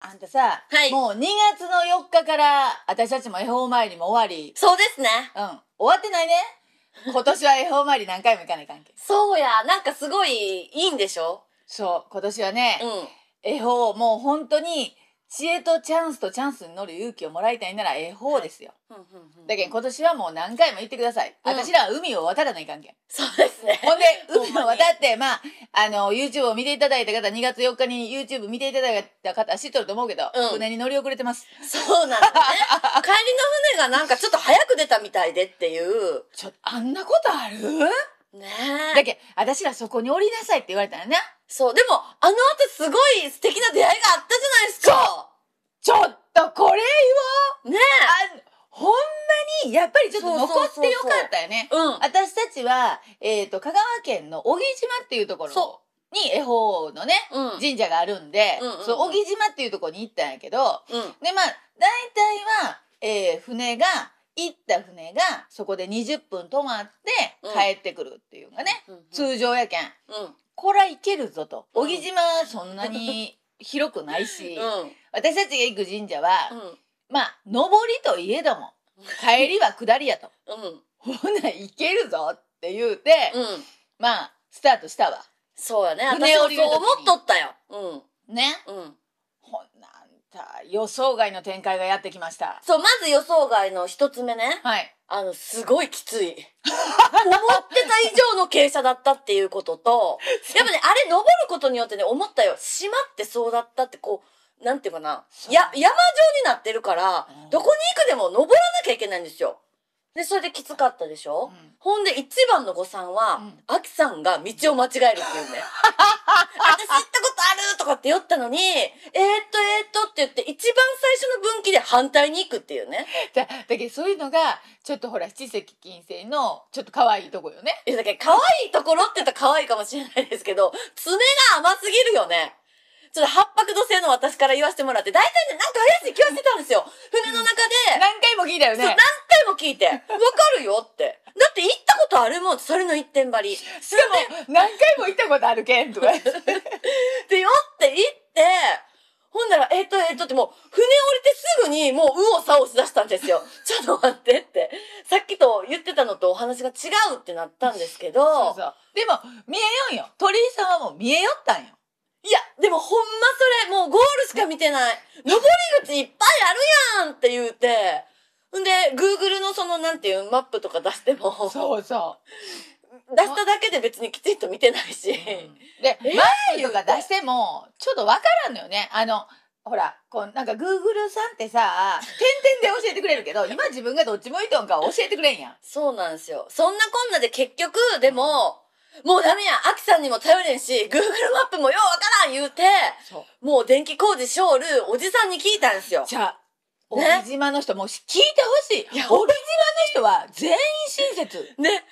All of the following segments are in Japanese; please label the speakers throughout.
Speaker 1: あんたさ、
Speaker 2: はい
Speaker 1: もう2月の4日から私たちも恵方参りも終わり、
Speaker 2: そうですね。
Speaker 1: うん、終わって ないね。今年は恵方参り何回も行かない関係。
Speaker 2: そうや、なんかすごいいいんでしょ
Speaker 1: そう、今年はね
Speaker 2: うん。、
Speaker 1: 恵方、もう本当に知恵とチャンスとチャンスに乗る勇気をもらいたいなら恵方ですよ。だけど今年はもう何回も行ってください。
Speaker 2: うん
Speaker 1: 私らは海を渡らない 関係。
Speaker 2: そうですね。
Speaker 1: ほんで、
Speaker 2: ほん
Speaker 1: 海
Speaker 2: まに
Speaker 1: を渡って、まあ、あの、YouTube を見ていただいた方、2月4日に YouTube 見ていただいた方は知っとると思うけど、
Speaker 2: うん
Speaker 1: 船に乗り遅れてます。
Speaker 2: そうなのね。帰りの船がなんかちょっと早く出たみたいでっていう。
Speaker 1: ちょ、あんなことある
Speaker 2: ね
Speaker 1: だ
Speaker 2: え。
Speaker 1: けど私らそこにおりなさいって言われたらな。
Speaker 2: そう、でも、あの後すごい素敵な出会いがあったじゃないですか。
Speaker 1: ちょっとこれよ
Speaker 2: ね
Speaker 1: あほんまに、やっぱりちょっと
Speaker 2: そう
Speaker 1: 残
Speaker 2: そう
Speaker 1: っ
Speaker 2: そうそう
Speaker 1: てよかったよね。
Speaker 2: うん。
Speaker 1: 私たちは、えっ、と、香川県の小木島っていうところ
Speaker 2: そ
Speaker 1: に恵方のね、
Speaker 2: うん。うん。
Speaker 1: 神社があるんで、
Speaker 2: うんうんうん
Speaker 1: その小木島っていうところに行ったんやけど、でまあ大体は、えー船が行った船がそこで20分泊まって
Speaker 2: うん
Speaker 1: 帰ってくるっていうのがね、
Speaker 2: うん。うん
Speaker 1: 通常やけん
Speaker 2: う
Speaker 1: こら行けるぞと
Speaker 2: うん
Speaker 1: 小木島はそんな に広くないし、
Speaker 2: ん。
Speaker 1: 私たちが行く神社は、
Speaker 2: うん。
Speaker 1: まあ上りといえども帰りは下りやと
Speaker 2: うん。
Speaker 1: ほな行けるぞって言うて、
Speaker 2: うん。
Speaker 1: まあスタートしたわ
Speaker 2: そうやね。
Speaker 1: 船
Speaker 2: 私
Speaker 1: 降
Speaker 2: も
Speaker 1: りる時に
Speaker 2: そう思っとったよ。うん。
Speaker 1: ね
Speaker 2: うん。
Speaker 1: ほんなんた予想外の展開がやってきました
Speaker 2: そう、まず予想外の一つ目ね。
Speaker 1: はい
Speaker 2: あの、すごいきつい。思ってた以上の傾斜だったっていうこと と、やっぱね、あれ登ることによってね、思ったよ。島ってそうだったって、こう、なんていうかな。
Speaker 1: そう
Speaker 2: や、山状になってるから
Speaker 1: うん、
Speaker 2: どこに行くでも登らなきゃいけないんですよ。で、それできつかったでし
Speaker 1: う
Speaker 2: ょ、
Speaker 1: ん
Speaker 2: ほんで、一番の誤算は
Speaker 1: うん、
Speaker 2: アキさんが道 を間違えるっていうね。私行ったことあるとかって言ったのに、えー、っと、えー、っとって言って、一番最初の分岐で反対に行くっていうね。
Speaker 1: だだけどそういうのがちょっとほら七石金星のちょっと可愛いとこよね
Speaker 2: いや、だけど可愛いところって言ったら可愛いかもしれないですけど、爪が甘すぎるよね。ちょっと八白土星の私から言わせてもらって、大体ね、なんか怪しい気はしてたんですよ。船の中で、
Speaker 1: 何回も聞いたよ
Speaker 2: そう
Speaker 1: ね
Speaker 2: 何回も聞いて、わかるよって。だって行ったことあるもん、それの一点張り。し
Speaker 1: しかも何回も行ったことあるけんとか
Speaker 2: で、よって行って、ほんなら、えっ、と、えっ、とってもう、船降りてすぐにもう、うをさをしだしたんですよ。ちょっと待ってって。さっきと言ってたのとお話が違うってなったんですけど、
Speaker 1: そうそうでも見えよんよ鳥居さんはもう見えよったんよ
Speaker 2: いや、でもほんまそれ、もうゴールしか見てない。登り口いっぱいあるやんって言うて。んで、Google のその、なんていう、マップとか出しても、
Speaker 1: そうそ
Speaker 2: 出しただけで別にきちんと見てないし。
Speaker 1: う、でマイルとか出してもちょっとわからんのよねあのほらこうなんかグーグルさんってさ点々で教えてくれるけ ど今自分がどっち向いとんかは教えてくれんやん
Speaker 2: そうなんですよ。そんなこんなで結局、でも、もうダメや、アキさんにも頼れんし、Google マップもようわからん言うて、
Speaker 1: そう
Speaker 2: もう電気工事ショール、おじさんに聞いたんですよ。
Speaker 1: じゃあ小
Speaker 2: ね
Speaker 1: 木島の人もう聞いてほしい小
Speaker 2: い
Speaker 1: 木
Speaker 2: や
Speaker 1: 島の人は全員親切
Speaker 2: ね、会う人、結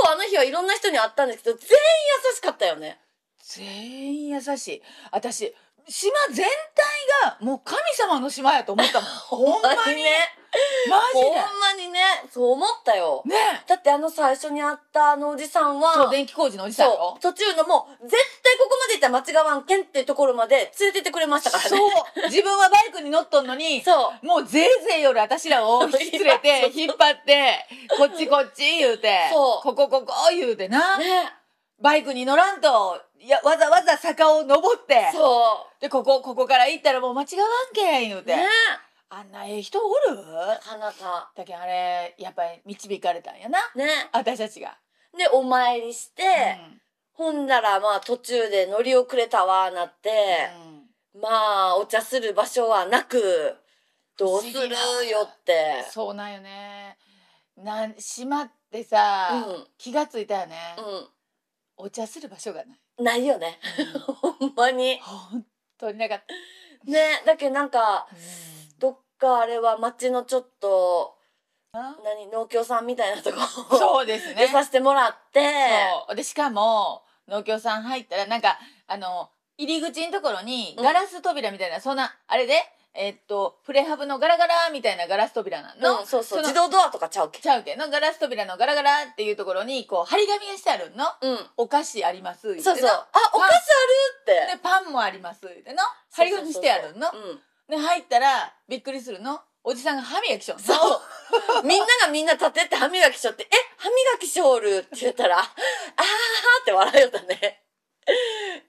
Speaker 2: 構あの日はいろんな人に会ったんですけど、全員優しかったよね。
Speaker 1: 全員優しい私島全体がもう神様の島やと思ったもん ほんまに
Speaker 2: ね。
Speaker 1: マジ
Speaker 2: ほんまにね、そう思ったよ。
Speaker 1: でね
Speaker 2: だってあの最初に会ったあのおじさんは、
Speaker 1: そう電気工事のおじさん
Speaker 2: そ
Speaker 1: よ
Speaker 2: う途中のもう、絶対ここまで行ったら間違わんけんっていうところまで連れてってくれましたからね。
Speaker 1: そう自分はバイクに乗っとんのに
Speaker 2: そう。
Speaker 1: もうぜいぜい夜私らを引き連れて引っ張ってこっちこっち言うて
Speaker 2: そう
Speaker 1: ここここ言うてな
Speaker 2: ね。
Speaker 1: バイクに乗らんといやわざわざ坂を登って
Speaker 2: そ
Speaker 1: でここここから行ったらもう間違わんけん言う
Speaker 2: う。
Speaker 1: て、
Speaker 2: ね。
Speaker 1: あんなええ人おる
Speaker 2: あなた。
Speaker 1: だけどあれやっぱり導かれたんやな
Speaker 2: ね。
Speaker 1: 私たちが。
Speaker 2: で、お参りして、ほんならまあ途中で乗り遅れたわーなって、
Speaker 1: うん
Speaker 2: まあお茶する場所はなく、どうするよって。
Speaker 1: そうなんよねなん島ってさ、
Speaker 2: うん
Speaker 1: 気がついたよね、
Speaker 2: う
Speaker 1: お茶する場所がない
Speaker 2: ん。ないよね。ほんまに。
Speaker 1: 本当になかった、
Speaker 2: ね。だけどなんか、どっかあれは町のちょっと
Speaker 1: あ
Speaker 2: 何農協さんみたいなとこを
Speaker 1: そうですね
Speaker 2: 出させてもらって
Speaker 1: そうでしかも農協さん入ったらなんかあの入り口のところに
Speaker 2: うん
Speaker 1: ガラス扉みたいな、そんなあれでえっとプレハブのガラガラみたいなガラス扉なの、
Speaker 2: うん、そうそ
Speaker 1: その
Speaker 2: う。自動ドアとかちゃうけ。
Speaker 1: ちゃうけのガラス扉のガラガラっていうところにこう張り紙がしてあるの
Speaker 2: うん。
Speaker 1: お菓子あります言って
Speaker 2: そうそう。あ、お菓子あるって。
Speaker 1: でパンもあります言っての張り紙してあるの
Speaker 2: うん。
Speaker 1: で入ったらびっくりするのおじさんが歯磨きしょんの
Speaker 2: そう。みんながみんな立ってって歯磨きしょって、え、歯磨きしょおるって言ったら、あー って笑いよったね。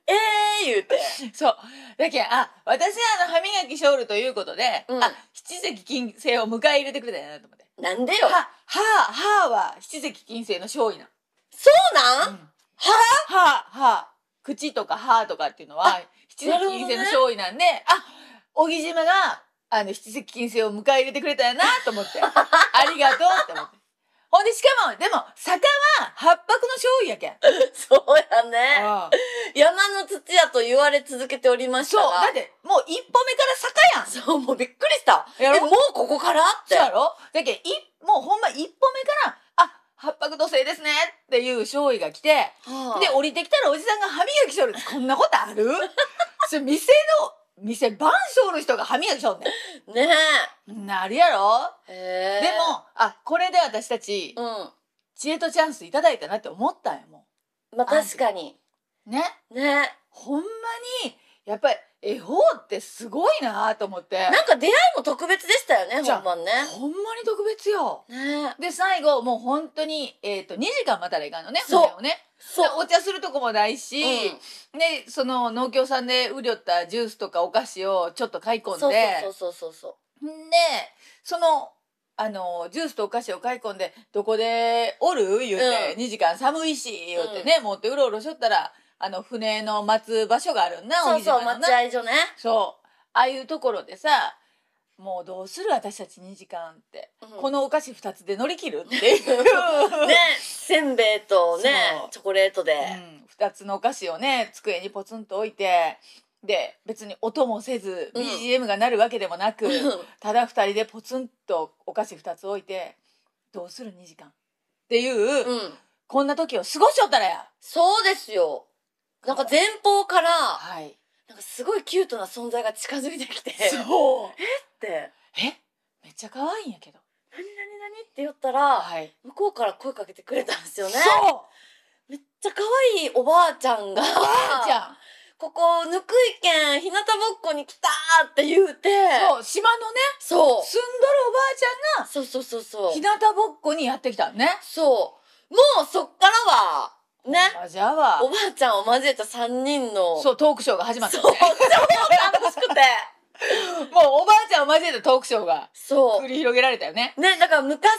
Speaker 2: えー言うて。
Speaker 1: そうだけんあ私はあの歯磨きしょおるということで、
Speaker 2: うん
Speaker 1: あ七石金星を迎え入れてくれたんやなと思って
Speaker 2: なんでよ。
Speaker 1: は歯歯は七石金星の勝利なの
Speaker 2: そうなん、
Speaker 1: うん歯歯口とか歯とかっていうのは七石金星の勝利なんで、あ小木島があの七石金星を迎え入れてくれたんやなと思って ありがとうって思ってほんでしかもでも坂は八白の勝利やけん、
Speaker 2: そうやね。
Speaker 1: ああ
Speaker 2: 山の土やと言われ続けておりまし
Speaker 1: そ
Speaker 2: た
Speaker 1: う
Speaker 2: が。
Speaker 1: だってもう一歩目から坂やん
Speaker 2: そう、もうびっくりした。
Speaker 1: や
Speaker 2: え、
Speaker 1: ろ
Speaker 2: もうここからって
Speaker 1: そう。やろだけどいもうほんま一歩目から「あ八白土星ですね」っていう勝意が来て
Speaker 2: はあ
Speaker 1: で降りてきたらおじさんが歯磨きしょるこんなことあ るそれ店の店番匠の人が歯磨きしょんね
Speaker 2: ね
Speaker 1: んなるやろ、
Speaker 2: え。へえ
Speaker 1: でもあこれで私たち、
Speaker 2: う
Speaker 1: 知恵とチャンスいただいたなって思ったんやも
Speaker 2: ん。まあ確かに。
Speaker 1: んね
Speaker 2: ね
Speaker 1: ほんまにやっぱり絵本ってすごいなと思って
Speaker 2: なんか出会いも特別でしたよね、
Speaker 1: じゃ
Speaker 2: ほ
Speaker 1: あ
Speaker 2: んまね。
Speaker 1: ほんまに特別よ
Speaker 2: ね
Speaker 1: で最後もう本当にえっ、と2時間待たれがんのね
Speaker 2: そう
Speaker 1: 船をね
Speaker 2: そう。
Speaker 1: お茶するとこもないし、
Speaker 2: うん
Speaker 1: ねその農協さんで売りよったジュースとかお菓子をちょっと買い込んで
Speaker 2: そうそうそうそうそ
Speaker 1: んでそのあのジュースとお菓子を買い込んで「どこでおる?」言うて、
Speaker 2: う
Speaker 1: 2時間寒いし」言うてね、持ってうろうろしょったらあの船の待つ場所があるんな
Speaker 2: うそうそう
Speaker 1: 鬼島のな
Speaker 2: 待合所ね
Speaker 1: そうああいうところでさもうどうする私たち2時間って、
Speaker 2: うん
Speaker 1: このお菓子2つで乗り切るっていう。
Speaker 2: ねせんべいとね
Speaker 1: そう
Speaker 2: チョコレートで、
Speaker 1: うん、2つのお菓子をね机にポツンと置いてで別に音もせず
Speaker 2: うん
Speaker 1: BGM が鳴るわけでもなく、ただ2人でポツンとお菓子2つ置いてどうする2時間っていう、
Speaker 2: うん
Speaker 1: こんな時を過ごしよったらや
Speaker 2: そうですよなんか前方から
Speaker 1: はい
Speaker 2: なんかすごいキュートな存在が近づいてきてっ
Speaker 1: そう
Speaker 2: て
Speaker 1: えめっちゃ可愛いんやけど
Speaker 2: 「何何何?」って言ったら
Speaker 1: はい
Speaker 2: 向こうから声かけてくれたんですよね
Speaker 1: そう
Speaker 2: めっちゃ可愛いおばあちゃんが
Speaker 1: おばあちゃん
Speaker 2: ここぬくいけん日向ぼっこに来たーって言うて
Speaker 1: そう島のね
Speaker 2: そう
Speaker 1: 住んどるおばあち
Speaker 2: そうそうそうそ
Speaker 1: ゃん
Speaker 2: う
Speaker 1: ひなたぼっこにやってきたのね
Speaker 2: そうもうそっからはね
Speaker 1: あじゃあは
Speaker 2: おばあちゃんを交えた3人の
Speaker 1: そうトークショーが始まったの
Speaker 2: そう
Speaker 1: ね
Speaker 2: 超楽しくて
Speaker 1: もうおばあちゃんを交えたトークショーが
Speaker 2: そ
Speaker 1: 繰り広げられたよね。
Speaker 2: うねだから昔、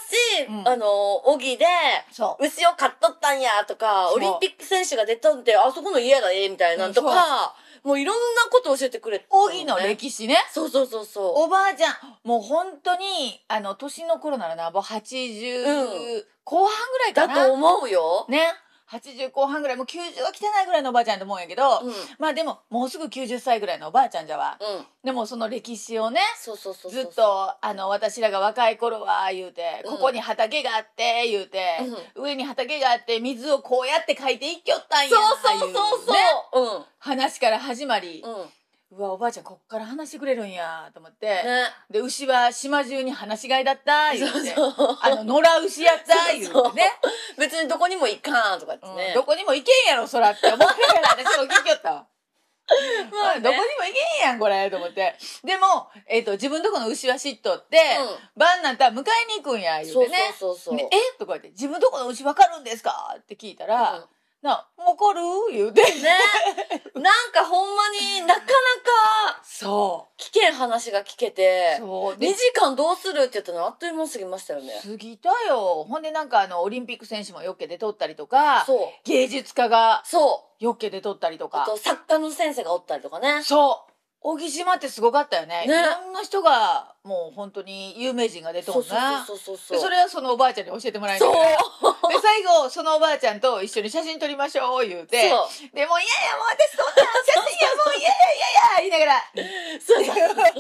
Speaker 1: うん
Speaker 2: あの小木で
Speaker 1: そ
Speaker 2: 牛を買っとったんやとか
Speaker 1: そう
Speaker 2: オリンピック選手が出たんであそこの家だえみたいなんとか、もういろんなことを教えてくれて
Speaker 1: 小木の歴史ね。
Speaker 2: そうそうそうそ
Speaker 1: おばあちゃん、もう本当に、あの、年の頃ならな、もう80、後半ぐらいうか
Speaker 2: だ
Speaker 1: な。
Speaker 2: と思うよ、
Speaker 1: ね。80後半ぐらい、もう90は来てないぐらいのおばあちゃんと思うんやけど、
Speaker 2: うんうん
Speaker 1: まあでも、もうすぐ90歳ぐらいのおばあちゃんじゃわ。でもその歴史をね、
Speaker 2: そうそうそうそう
Speaker 1: ずっと、あの、私らが若い頃は、言うて、
Speaker 2: うん
Speaker 1: ここに畑があって、言うて、
Speaker 2: うん
Speaker 1: 上に畑があって、水をこうやってかいていっきょったんや。
Speaker 2: そうそうそ
Speaker 1: 言
Speaker 2: う
Speaker 1: ね
Speaker 2: そう、
Speaker 1: 話から始まり、
Speaker 2: うんうん
Speaker 1: うわおばあちゃんこっから話してくれるんやと思って、
Speaker 2: ね
Speaker 1: で牛は島中に放し飼いだった言うて
Speaker 2: そうそう
Speaker 1: あの野良牛やった言うてね
Speaker 2: そうそう別にどこにも行かんとか言って
Speaker 1: うん
Speaker 2: ね、
Speaker 1: どこにも行けんやろそらって思いながら私も聞きよった わ、
Speaker 2: まあ
Speaker 1: う
Speaker 2: ね
Speaker 1: んどこにも行けんやんこれと思ってでも、えっと自分どこの牛は知っとって、晩になったら迎えに行くんや言うて
Speaker 2: そう
Speaker 1: ね
Speaker 2: そうそうそう、
Speaker 1: でえとか言って「自分どこの牛わかるんですか?」って聞いたら「
Speaker 2: うん
Speaker 1: な分かる?」言うて
Speaker 2: ねなんかほんまになかなか
Speaker 1: そ
Speaker 2: 危険話が聞け
Speaker 1: う
Speaker 2: て
Speaker 1: そう
Speaker 2: 2時間どうするって言ったのあっという間過ぎましたよね
Speaker 1: 過ぎたよほんでなんかあのオリンピック選手もよっけで撮ったりとか
Speaker 2: そう
Speaker 1: 芸術家が
Speaker 2: そう
Speaker 1: よっけで撮ったりと
Speaker 2: あ
Speaker 1: か
Speaker 2: と作家の先生がおったりとかね
Speaker 1: そう小木島ってすごかったよね
Speaker 2: ね
Speaker 1: いろんな人がもう本当に有名人が出と
Speaker 2: そうん
Speaker 1: な
Speaker 2: そうそうそ
Speaker 1: で
Speaker 2: うそ
Speaker 1: そうれはそのおばあちゃんに教えてもらいな
Speaker 2: そう
Speaker 1: がらで最後そのおばあちゃんと一緒に写真撮りましょう言うて
Speaker 2: そ
Speaker 1: でもう嫌やもう私そんな写真やもう嫌や嫌や嫌や
Speaker 2: うそうそ
Speaker 1: 言い
Speaker 2: う
Speaker 1: ながら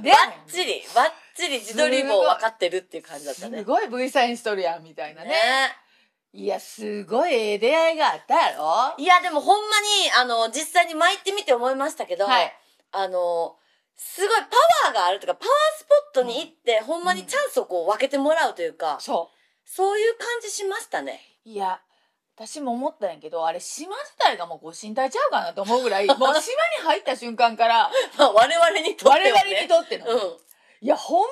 Speaker 1: で
Speaker 2: バッチリバッチリ自撮りも分かってるっていう感じだった
Speaker 1: す
Speaker 2: ね
Speaker 1: ごい V サインしとるやんみたいなね
Speaker 2: ね
Speaker 1: いやすごいええ出会いがあったやろ
Speaker 2: いやでもほんまにあの実際に巻いてみて思いましたけど、
Speaker 1: はい
Speaker 2: あのすごいパワーがあるとか、パワースポットに行って、ほんまにチャンスをこう分けてもらうというか、
Speaker 1: そ
Speaker 2: そういう感じしましたね。
Speaker 1: ういや私も思ったんやけどあれ島自体がもうご神体ちゃうかなと思うぐら いもう島に入った瞬間から
Speaker 2: まあ我々にとっては
Speaker 1: 我
Speaker 2: ね。
Speaker 1: 々にとっての、いやほんま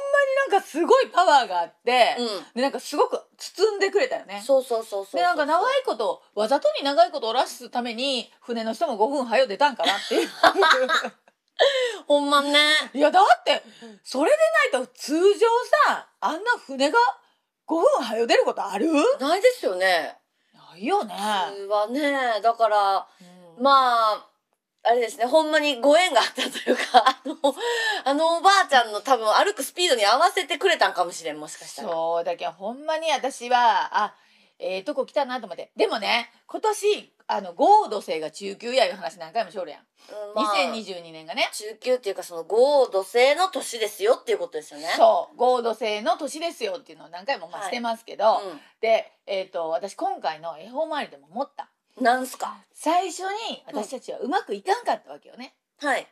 Speaker 1: になんかすごいパワーがあって、
Speaker 2: うん。うん。
Speaker 1: でなんかすごく包んでくれたよね。
Speaker 2: そうそうそうそうそう。
Speaker 1: でなんか長いことわざとに長いことおらすために船の人も5分早う出たんかなっていう
Speaker 2: ほんまね。
Speaker 1: いやだってそれでないと通常さあんな船が5分早う出ることある
Speaker 2: ないですよね。
Speaker 1: ないよね、
Speaker 2: 普通はね、だから、
Speaker 1: うん
Speaker 2: まあ、あれですね、ほんまにご縁があったというか、 あの、あのおばあちゃんの多分歩くスピードに合わせてくれたんかもしれん、もしかしたら。
Speaker 1: そうだけどほんまに私はあええとこ来たなと思ってでもね今年あの豪土星が中級やいう話何回もしょるやん、
Speaker 2: うんまあ
Speaker 1: 2022年がね
Speaker 2: 中級っていうかその豪土星の年ですよっていうことですよね。
Speaker 1: そう豪土星の年ですよっていうのを何回もまあ
Speaker 2: はい
Speaker 1: してますけど、で、えー、と私今回の恵方周りでも思った
Speaker 2: うん。なんすか
Speaker 1: 最初に私たちはうまくいかんかったわけよね。
Speaker 2: はい。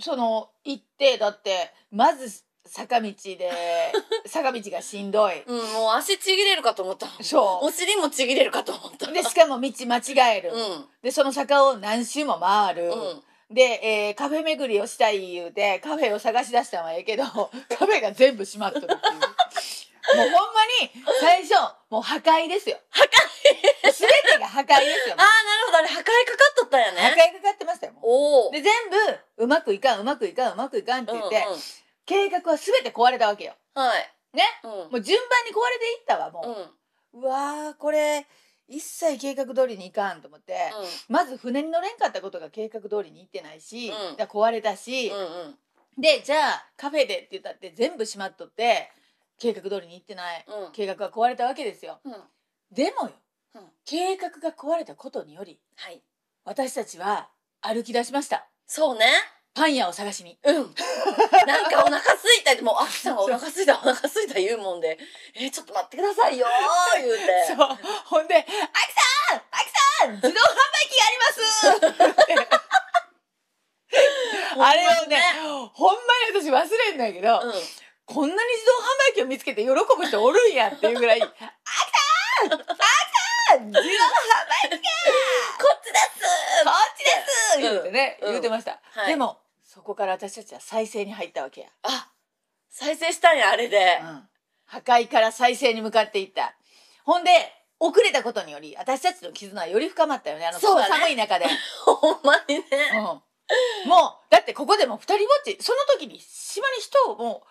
Speaker 1: その行ってだってまず坂道 で坂道がしんどい
Speaker 2: うん、もう足ちぎれるかと思った。
Speaker 1: そ
Speaker 2: お尻もちぎれるかと思った。
Speaker 1: うでしかも道間違える、
Speaker 2: う
Speaker 1: でその坂を何周も回る、
Speaker 2: ん。うん。
Speaker 1: で、えーカフェ巡りをしたい言うてカフェを探し出したんはええけど カフェが全部閉まっとる っていう。もうほんまに最初もう破壊ですよ破壊全てが破壊です よ
Speaker 2: ああ、なるほど。あれ、破壊かかっとったんや
Speaker 1: 破
Speaker 2: ね。
Speaker 1: 壊かかってましたよもう
Speaker 2: おお。
Speaker 1: で全部うまくいかんうまくいかんうまくいかんって言って、
Speaker 2: うんうん
Speaker 1: 計画は全て壊れたわけよ
Speaker 2: はい。
Speaker 1: ね
Speaker 2: うん。
Speaker 1: もう順番に壊れていったわ
Speaker 2: うん。
Speaker 1: も
Speaker 2: うん。
Speaker 1: う、うわーこれ一切計画通りにいかんと思って、まず船に乗れんかったことが計画通りにいってないし、
Speaker 2: うん
Speaker 1: だから壊れたし、
Speaker 2: うんうん。
Speaker 1: でじゃあカフェでって言ったって全部閉まっとって計画通りにいってない
Speaker 2: うん。
Speaker 1: 計画が壊れたわけですよ
Speaker 2: うん。
Speaker 1: でもよ
Speaker 2: うん
Speaker 1: 計画が壊れたことにより
Speaker 2: はい。
Speaker 1: 私たちは歩き出しました
Speaker 2: そうね。
Speaker 1: パン屋を探しに
Speaker 2: うん。なんかお腹すいたって、もう、あきさんがお腹すいた、お腹すいた言うもんで、えー、ちょっと待ってくださいよ ー、言う
Speaker 1: そ
Speaker 2: て。
Speaker 1: う。ほんで、あきさんあきさん自動販売機あり ますあれをね、ほんまに私忘れんだけど、
Speaker 2: うん。
Speaker 1: こんなに自動販売機を見つけて喜ぶ人おるんやっていうぐらい、あきさんあきさん自動販売
Speaker 2: こっちで
Speaker 1: 機
Speaker 2: す
Speaker 1: こっちです言うてね、
Speaker 2: うん
Speaker 1: 言うてました。
Speaker 2: はい
Speaker 1: でも、そこから私たちは再生に入ったわけや。
Speaker 2: あ、再生したんや、あれで。
Speaker 1: 破壊から再生に向かっていった。ほんで、遅れたことにより、私たちの絆はより深まったよね、あの、
Speaker 2: そうだね
Speaker 1: 寒い中で。
Speaker 2: ほんまにね。
Speaker 1: うんもうだってここでも二人ぼっちその時に島に人をも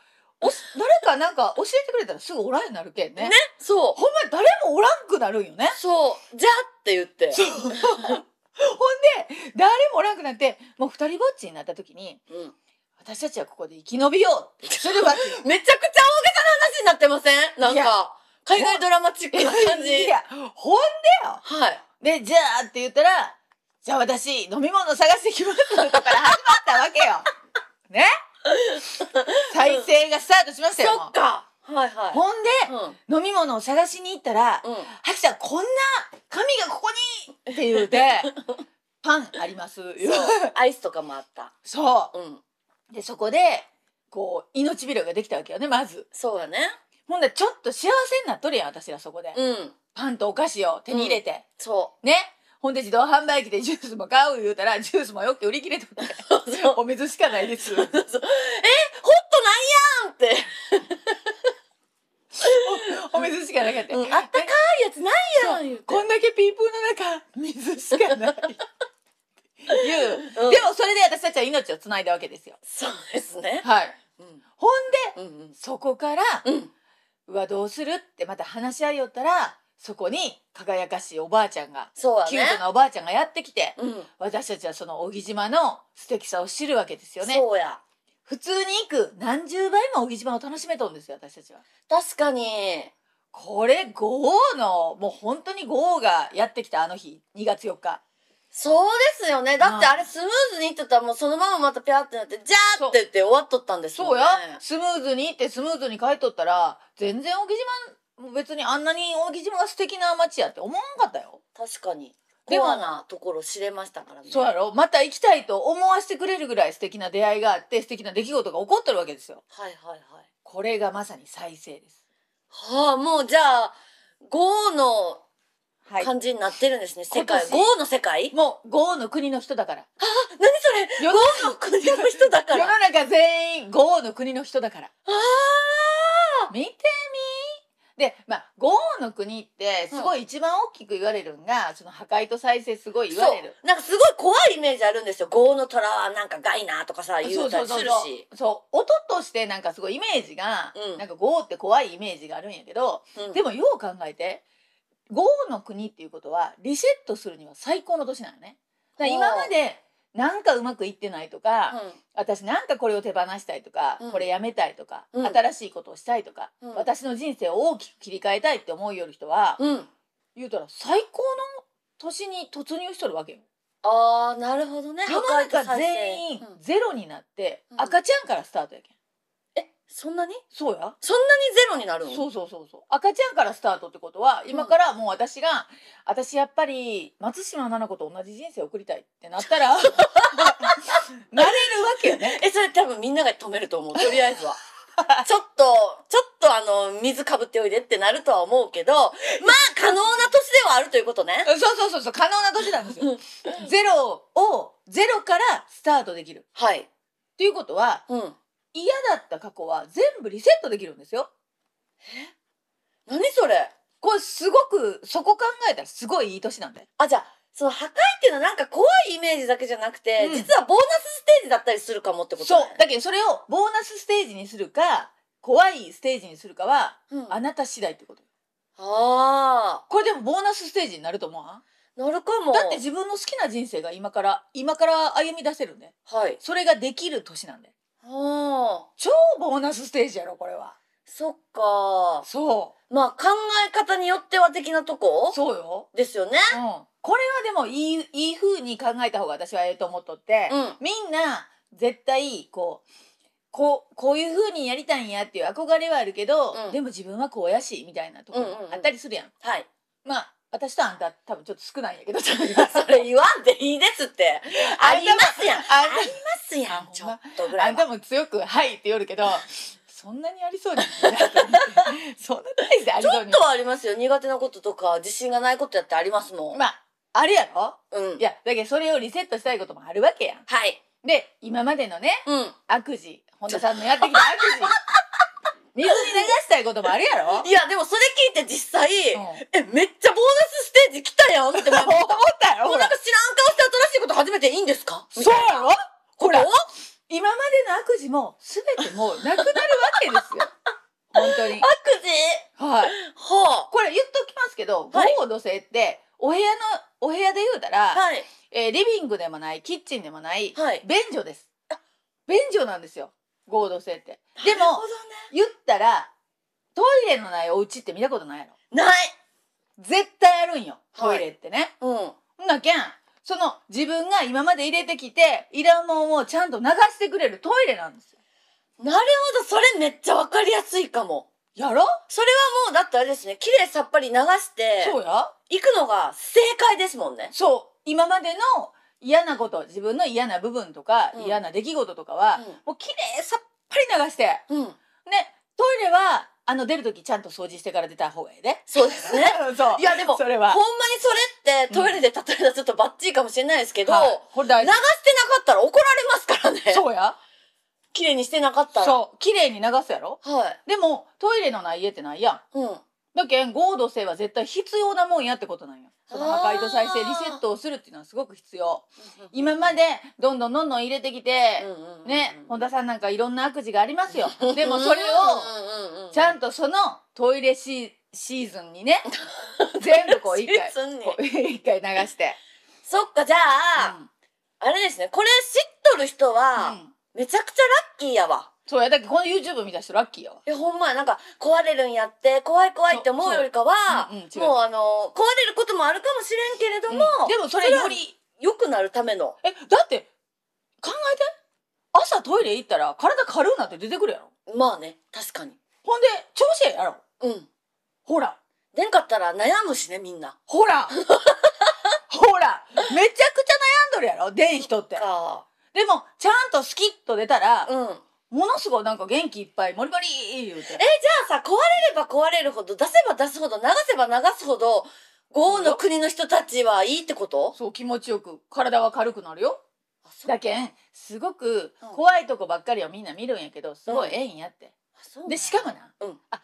Speaker 1: うおし誰かなんか教えてくれたらすぐおらんようになるけんね
Speaker 2: ねそう。
Speaker 1: ほんまに誰もおらんくなるんよね
Speaker 2: そう。じゃあって言って。
Speaker 1: そうほんで誰もおらんくなってもう二人ぼっちになった時に
Speaker 2: うん。
Speaker 1: 私たちはここで生き延びようってするわけよ
Speaker 2: めちゃくちゃ大げさな話になってませんなん
Speaker 1: いや
Speaker 2: か、海外ドラマチックな感じ。
Speaker 1: いやほん
Speaker 2: はい。
Speaker 1: でじゃあって言ったらじゃあ私飲み物探してきますとかから始まったわけよ ね再生がスタートしましたよもう
Speaker 2: そっか。はいは
Speaker 1: ほんで、
Speaker 2: い。うん。うん。
Speaker 1: 飲み物を探しに行ったら「ハキさんこんな紙がここに!」って言う て「パンあります」
Speaker 2: そう。アイスとかもあった。
Speaker 1: そ
Speaker 2: うん。
Speaker 1: うでそこでこう命拾いができたわけよねまず
Speaker 2: そうだね。
Speaker 1: ほんでちょっと幸せになっとるやん私らそこで、
Speaker 2: うん。
Speaker 1: パンとお菓子を手に入れて、
Speaker 2: そ
Speaker 1: ねほんで自動販売機でジュースも買う言うたらジュースもよく売り切れとって
Speaker 2: う。そう。
Speaker 1: お水しかないです
Speaker 2: え、ホットなんやんって。
Speaker 1: お水しかなかった、
Speaker 2: うんあったかいやつなんやん言うて
Speaker 1: こんだけピープーの中水しかない言う
Speaker 2: うん
Speaker 1: でもそれで私たちは命をつないだわけですよ。
Speaker 2: そうですね。
Speaker 1: はい。
Speaker 2: うん。
Speaker 1: ほんで
Speaker 2: うんうん。
Speaker 1: そこから
Speaker 2: うん。
Speaker 1: うわどうするってまた話し合いよったらそこに輝かしいおばあちゃんが、
Speaker 2: そうだ
Speaker 1: キュート
Speaker 2: ね。
Speaker 1: なおばあちゃんがやってきて
Speaker 2: うん。
Speaker 1: 私たちはその小木島の素敵さを知るわけですよね。
Speaker 2: そうや。
Speaker 1: 普通に行く何十倍も小木島を楽しめとんですよ私たちは。
Speaker 2: 確かに。
Speaker 1: これ豪雨のもう本当に豪雨がやってきたあの日2月4日。
Speaker 2: そうですよね。だって
Speaker 1: うん
Speaker 2: あれスムーズにいっとったらもうそのまままたピャーってなって、じゃーって言って終わっとったんですも
Speaker 1: そ
Speaker 2: ん
Speaker 1: う
Speaker 2: ね。
Speaker 1: や、スムーズに行ってスムーズに帰っとったら全然小木島別にあんなに小木島が素敵な街やって思わんかったよ。
Speaker 2: 確かに。
Speaker 1: でも
Speaker 2: コアなところ知れましたからね。
Speaker 1: そうやろまた行きたいと思わせてくれるぐらい素敵な出会いがあって素敵な出来事が起こってるわけですよ
Speaker 2: はいはいはい。
Speaker 1: これがまさに再生です
Speaker 2: はあ、もうじゃあ、ゴーの
Speaker 1: はい
Speaker 2: 感じになってるんですね、世界。
Speaker 1: 今年
Speaker 2: ゴーの世界
Speaker 1: もう豪の国の人だから
Speaker 2: 何それ
Speaker 1: 世
Speaker 2: ゴ
Speaker 1: の
Speaker 2: ーの国の人だか
Speaker 1: 世の
Speaker 2: ら。あ
Speaker 1: 中全員豪の国の人だから
Speaker 2: あ
Speaker 1: 見てみーでまあ豪の国ってすごい一番大きく言われるんが、その破壊と再生すごい言われる
Speaker 2: そうなんかすごい怖いイメージあるんですよ。ゴーの虎はなんか害なとかさ、言うたりするし。
Speaker 1: そう音としてなんかすごいイメージが、
Speaker 2: うん
Speaker 1: なんか豪って怖いイメージがあるんやけど、
Speaker 2: うん
Speaker 1: でもよう考えて豪の国っていうことはリセットするには最高の年なのね。だから今までなんかうまくいってないとか、私なんかこれを手放したいとか、
Speaker 2: うん
Speaker 1: これやめたいとか、
Speaker 2: うん
Speaker 1: 新しいことをしたいとか、
Speaker 2: うん
Speaker 1: 私の人生を大きく切り替えたいって思うよる人は、
Speaker 2: うん。うん。
Speaker 1: 言うたら最高の年に突入しとるわけよ。
Speaker 2: ああ、なるほどね。
Speaker 1: 世の中全員
Speaker 2: 破壊と再生うん
Speaker 1: ゼロになって、
Speaker 2: うん
Speaker 1: 赤ちゃんからスタートやけん。
Speaker 2: え、そんなに
Speaker 1: そうや
Speaker 2: そんなにゼロになるの
Speaker 1: そうそうそうそう赤ちゃんからスタートってことは今からもう私が、私やっぱり松島菜々子と同じ人生を送りたいってなったら なれるわけよね
Speaker 2: え、それ多分みんなが止めると思う。とりあえずは。ちょっと、ちょっとあの、水かぶっておいでってなるとは思うけど、まあ、可能な年ではあるということね。
Speaker 1: そうそうそうそう可能な年なんですよゼロをゼロからスタートできるっ
Speaker 2: はい。
Speaker 1: ていうことは
Speaker 2: うん。
Speaker 1: 嫌だった過去は全部リセットできるんですよ
Speaker 2: 何それ
Speaker 1: これすごくそこ考えたらすごいいい年なんだよ
Speaker 2: あ、じゃあ、その破壊っていうのはなんか怖いイメージだけじゃなくて、
Speaker 1: うん
Speaker 2: 実はボーナスステージだったりするかもってこと
Speaker 1: そう
Speaker 2: ね。
Speaker 1: だけどそれをボーナスステージにするか怖いステージにするかは
Speaker 2: うん
Speaker 1: あなた次第ってこと
Speaker 2: あ
Speaker 1: これでもボーナスステージになると思わん
Speaker 2: ーなるかも。
Speaker 1: だって自分の好きな人生が今から今から歩み出せるんで
Speaker 2: はい。
Speaker 1: それができる年なんで
Speaker 2: ああ、
Speaker 1: 超ボーナスステージやろこれは
Speaker 2: そっか。
Speaker 1: そ
Speaker 2: まあ、考え方によっては的なとこ
Speaker 1: うそうよ、
Speaker 2: ですよね。
Speaker 1: うん、これはでもいいいい風に考えた方が私はええと思っとって、
Speaker 2: うん。
Speaker 1: みんな絶対こうこうこういう風にやりたいんやっていう憧れはあるけど、
Speaker 2: うん
Speaker 1: でも自分はこうやしみたいなところ
Speaker 2: うんうんうん
Speaker 1: あったりするやん,、
Speaker 2: はい。
Speaker 1: まあ私とあんた多分ちょっと少ないんやけど
Speaker 2: それ言わんでいいですって。 ありますやん。あ
Speaker 1: あんたも
Speaker 2: りますやん。ちょっとぐら
Speaker 1: あ
Speaker 2: い
Speaker 1: んた
Speaker 2: は。
Speaker 1: も強く「はい」って言うけどそんなにありそうにそんな大してあり
Speaker 2: ち
Speaker 1: そう
Speaker 2: ょっ
Speaker 1: に
Speaker 2: とはありますよ。苦手なこととか、自信がないことやってありますもん。
Speaker 1: まああれやろ
Speaker 2: うん
Speaker 1: い。やだけどそれをリセットしたいこともあるわけやん
Speaker 2: はい。
Speaker 1: で今までのね
Speaker 2: うん。
Speaker 1: 悪事本田さんのやってきた悪事水に流したいこともあるやろ
Speaker 2: いや、でもそれ聞いて実際、
Speaker 1: うん
Speaker 2: え、めっちゃボーナスステージ来たやんって思って。もうなんか
Speaker 1: 思ったやろ
Speaker 2: 知
Speaker 1: ほ
Speaker 2: らん
Speaker 1: ら
Speaker 2: 顔して新しいこと始めていいんですか
Speaker 1: そうやろ
Speaker 2: こ
Speaker 1: ほ
Speaker 2: れ
Speaker 1: ら
Speaker 2: を
Speaker 1: 今までの悪事も全てもうなくなるわけですよ本当に
Speaker 2: 悪事
Speaker 1: はい
Speaker 2: は
Speaker 1: これ言っときますけど
Speaker 2: はい
Speaker 1: 豪土星ってお部屋のお部屋で言うたら、
Speaker 2: あはい。
Speaker 1: えーリビングでもないキッチンでもない、
Speaker 2: はい
Speaker 1: 便所です便所なんですよ合同性ってで
Speaker 2: なるほ
Speaker 1: も
Speaker 2: どね
Speaker 1: 言ったらトイレのないお家って見たことないやろ
Speaker 2: ない。
Speaker 1: 絶対あるんよト
Speaker 2: はい
Speaker 1: イレってね、
Speaker 2: うん。
Speaker 1: んなけんその自分が今まで入れてきていらんもんをちゃんと流してくれるトイレなんですよ
Speaker 2: なるほど、それめっちゃわかりやすいかも。
Speaker 1: やろ
Speaker 2: それはもう、だってあれですね、綺麗さっぱり流して、
Speaker 1: そうや
Speaker 2: 行くのが正解ですもんね。
Speaker 1: そう今までの嫌なこと自分の嫌な部分とか、
Speaker 2: うん
Speaker 1: 嫌な出来事とかは、
Speaker 2: うん
Speaker 1: もう綺麗さっぱり流して
Speaker 2: うん。
Speaker 1: ね、トイレは、あの、出るときちゃんと掃除してから出た方がいいね。
Speaker 2: そうで すね。
Speaker 1: そう
Speaker 2: いやでも
Speaker 1: それ
Speaker 2: ほん
Speaker 1: は
Speaker 2: ま。にそれってトイレで例えたらちょっとバッチリかもしれないですけど、
Speaker 1: はいこれ大
Speaker 2: 流してな
Speaker 1: 事
Speaker 2: か。ったら怒られますからね。
Speaker 1: そうや。
Speaker 2: 綺麗にしてなかったら。
Speaker 1: そう。綺麗に流すやろ
Speaker 2: はい。
Speaker 1: でも、トイレのない家ってないやん。
Speaker 2: うん。
Speaker 1: だけん、合同性は絶対必要なもんやってことなんよ。その破壊と再生リセットをするっていうのはすごく必要。今まで、どんどんどんどん入れてき
Speaker 2: う
Speaker 1: て、
Speaker 2: んうんうん、
Speaker 1: ね、本田さんなんかいろんな悪事がありますよ。でもそれを、
Speaker 2: を
Speaker 1: ちゃ
Speaker 2: ん
Speaker 1: んとそのトイレシーシーズンに ね、全部こう一回、
Speaker 2: シーズンに
Speaker 1: こう一回流して。
Speaker 2: そっか、じゃあ、
Speaker 1: うん
Speaker 2: あれですね、これ知っとる人
Speaker 1: う
Speaker 2: は、
Speaker 1: ん
Speaker 2: めちゃくちゃラッキーやわ。
Speaker 1: そうやだけどこの YouTube 見た人ラッキーやわ
Speaker 2: いや、ほんまや、なんか、壊れるんやって、怖い怖いって思うよりか
Speaker 1: そうそ
Speaker 2: は、
Speaker 1: ううんうん違う
Speaker 2: もうあの、壊れることもあるかもしれんけれども、
Speaker 1: でもそれより
Speaker 2: 良くなるための、
Speaker 1: えだって考えて朝トイレ行ったら体軽うなって出てくるやろ
Speaker 2: まあね、確かに。
Speaker 1: ほんで調子ええやろ
Speaker 2: うん。
Speaker 1: ほら
Speaker 2: でんかったら悩むしね、みんな。
Speaker 1: ほらほらめちゃくちゃ悩んどるやろ出ん人って
Speaker 2: か。
Speaker 1: でもちゃんとスキッと出たら、
Speaker 2: うん。え、じゃ
Speaker 1: ものすごいなんか元気いっぱいモリモリ言うて
Speaker 2: あさ、壊れれば壊れるほど、出せば出すほど、流せば流すほど、豪雨の国の人たちはいいってこと
Speaker 1: そう気持ちよく体は軽くなるよ
Speaker 2: あそう
Speaker 1: だけんすごく
Speaker 2: うん
Speaker 1: 怖いとこばっかりはみんな見るんやけどすごいええんやって、
Speaker 2: あそうなんだ
Speaker 1: でしかもな、
Speaker 2: うん
Speaker 1: あ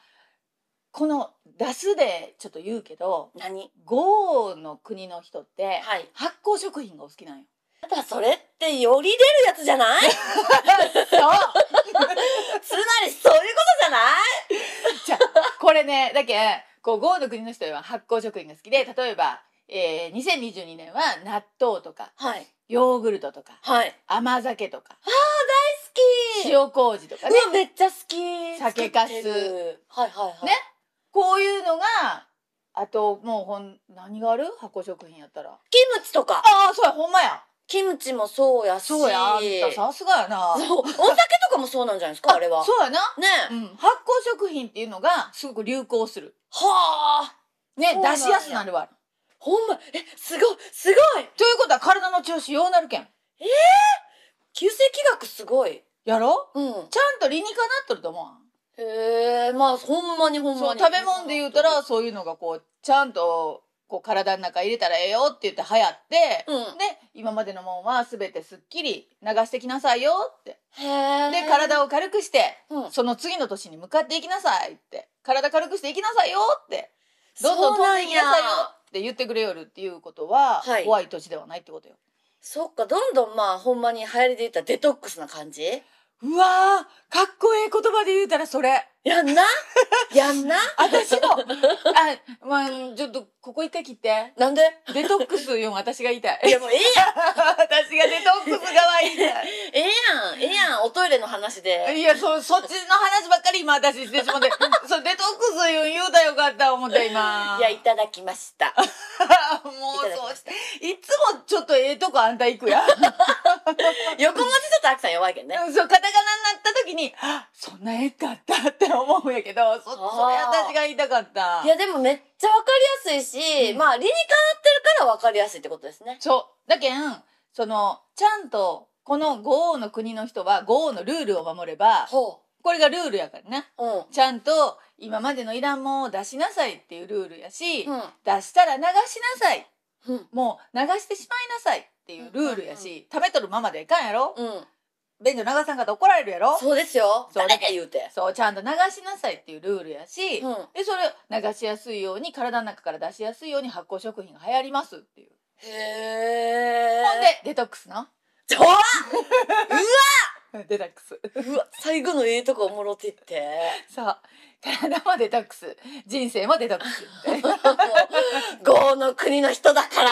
Speaker 1: この出すでちょっと言うけど
Speaker 2: 何
Speaker 1: 豪雨の国の人って
Speaker 2: はい。
Speaker 1: 発酵食品がお好き なんよ
Speaker 2: ただそれってより出るやつじゃな
Speaker 1: そう
Speaker 2: いつまりそういうことじゃない
Speaker 1: じゃこれねだけんこう豪雨の国の人は発酵食品が好きで例えば、えー、2022年は納豆とか
Speaker 2: はい。
Speaker 1: ヨーグルトとか
Speaker 2: はい。
Speaker 1: 甘酒とか
Speaker 2: 好き
Speaker 1: 塩麹とかね
Speaker 2: うわ、めっちゃ好き。
Speaker 1: 酒粕
Speaker 2: 作ってるはいはいはい。
Speaker 1: ねこういうのがあともうほん何がある発酵食品やったら
Speaker 2: キムチとか。
Speaker 1: ああそうやほんまや
Speaker 2: キムチもそうやし。
Speaker 1: そうやあんたさすがやな
Speaker 2: そうお酒とかもそうなんじゃないですか、あれは。
Speaker 1: そうやな、
Speaker 2: ね
Speaker 1: う
Speaker 2: え。
Speaker 1: ん、発酵食品っていうのがすごく流行する
Speaker 2: はあ。
Speaker 1: ね
Speaker 2: そうなんや
Speaker 1: 出しやすくなるわ
Speaker 2: ほんま、え、すごい、すごい。
Speaker 1: ということは体の調子ようなるけん
Speaker 2: 急性気学すごい。
Speaker 1: やろ
Speaker 2: うん。
Speaker 1: ちゃんと理にかなっとると思う
Speaker 2: へえ、まあ、ほんまにほん
Speaker 1: そ
Speaker 2: ま
Speaker 1: う
Speaker 2: に。
Speaker 1: 食べ物で言うたら、そういうのがこうちゃんとこう体の中入れたらええよって言って流行って、
Speaker 2: うん。
Speaker 1: で今までのもんは全てすっきり流してきなさいよって
Speaker 2: へえ。
Speaker 1: で体を軽くして
Speaker 2: うん、
Speaker 1: その次の年に向かっていきなさいって体軽くしていきなさいよってどんどん飛んでいきなさいよ
Speaker 2: そうなんや
Speaker 1: って言ってくれよるっていうことは、
Speaker 2: はい
Speaker 1: 怖い年ではないってことよ。
Speaker 2: そっか、どんどんまあ、ほんまに流行りで言ったらデトックスな感じ
Speaker 1: うわーかっこええ言葉で言うたらそれ
Speaker 2: やんなやんな
Speaker 1: 私 もあ、まあ、ちょっとここ一回切って
Speaker 2: なんで
Speaker 1: デトックスよ私が言いたい
Speaker 2: いやもうええやん
Speaker 1: 私がデトックスがわいいん
Speaker 2: ええやんええやんおトイレの話
Speaker 1: だ
Speaker 2: で
Speaker 1: いやそそっちの話ばっかり今私してし まってそうデトックス言う言うたらよかった思って今
Speaker 2: いやいただきました
Speaker 1: あ もう
Speaker 2: いただき
Speaker 1: そう
Speaker 2: ま
Speaker 1: し
Speaker 2: して
Speaker 1: いつもちょっとええとこあんた行く やん
Speaker 2: 横文字ちょっとアキさん弱いけどね
Speaker 1: うんそうカタカナになった時にあそんなええかったって思うんやけどそそれ
Speaker 2: あー
Speaker 1: 私が言いたかった
Speaker 2: いやでもめっちゃわかりやすいし、
Speaker 1: うん
Speaker 2: まあ理にかなってるからわかりやすいってことですね
Speaker 1: そうだけんそのちゃんとこの豪雨の国の人は豪雨のルールを守れば
Speaker 2: ほ
Speaker 1: これがルールやからね
Speaker 2: ううん
Speaker 1: ちゃんと今までのいらんもんを出しなさいっていうルールやし、
Speaker 2: うん
Speaker 1: 出したら流しなさい
Speaker 2: うん
Speaker 1: もう流してしまいなさいっていうルールやし、溜めとるままでいかんやろ、
Speaker 2: うん
Speaker 1: 便所流さんかったら怒られるやろ
Speaker 2: そうですよ
Speaker 1: そう
Speaker 2: 誰か言うて
Speaker 1: そうちゃんと流しなさいっていうルールやし、
Speaker 2: うん
Speaker 1: でそれ流しやすいように体の中から出しやすいように発酵食品が流行りますっていう、
Speaker 2: へえ
Speaker 1: ほんでデトックスな
Speaker 2: ちょわ
Speaker 1: デトックス
Speaker 2: うわ最後のええとこおもろっていって
Speaker 1: そう体もデトックス 人生もデトックスみたいな
Speaker 2: 豪の国の人だから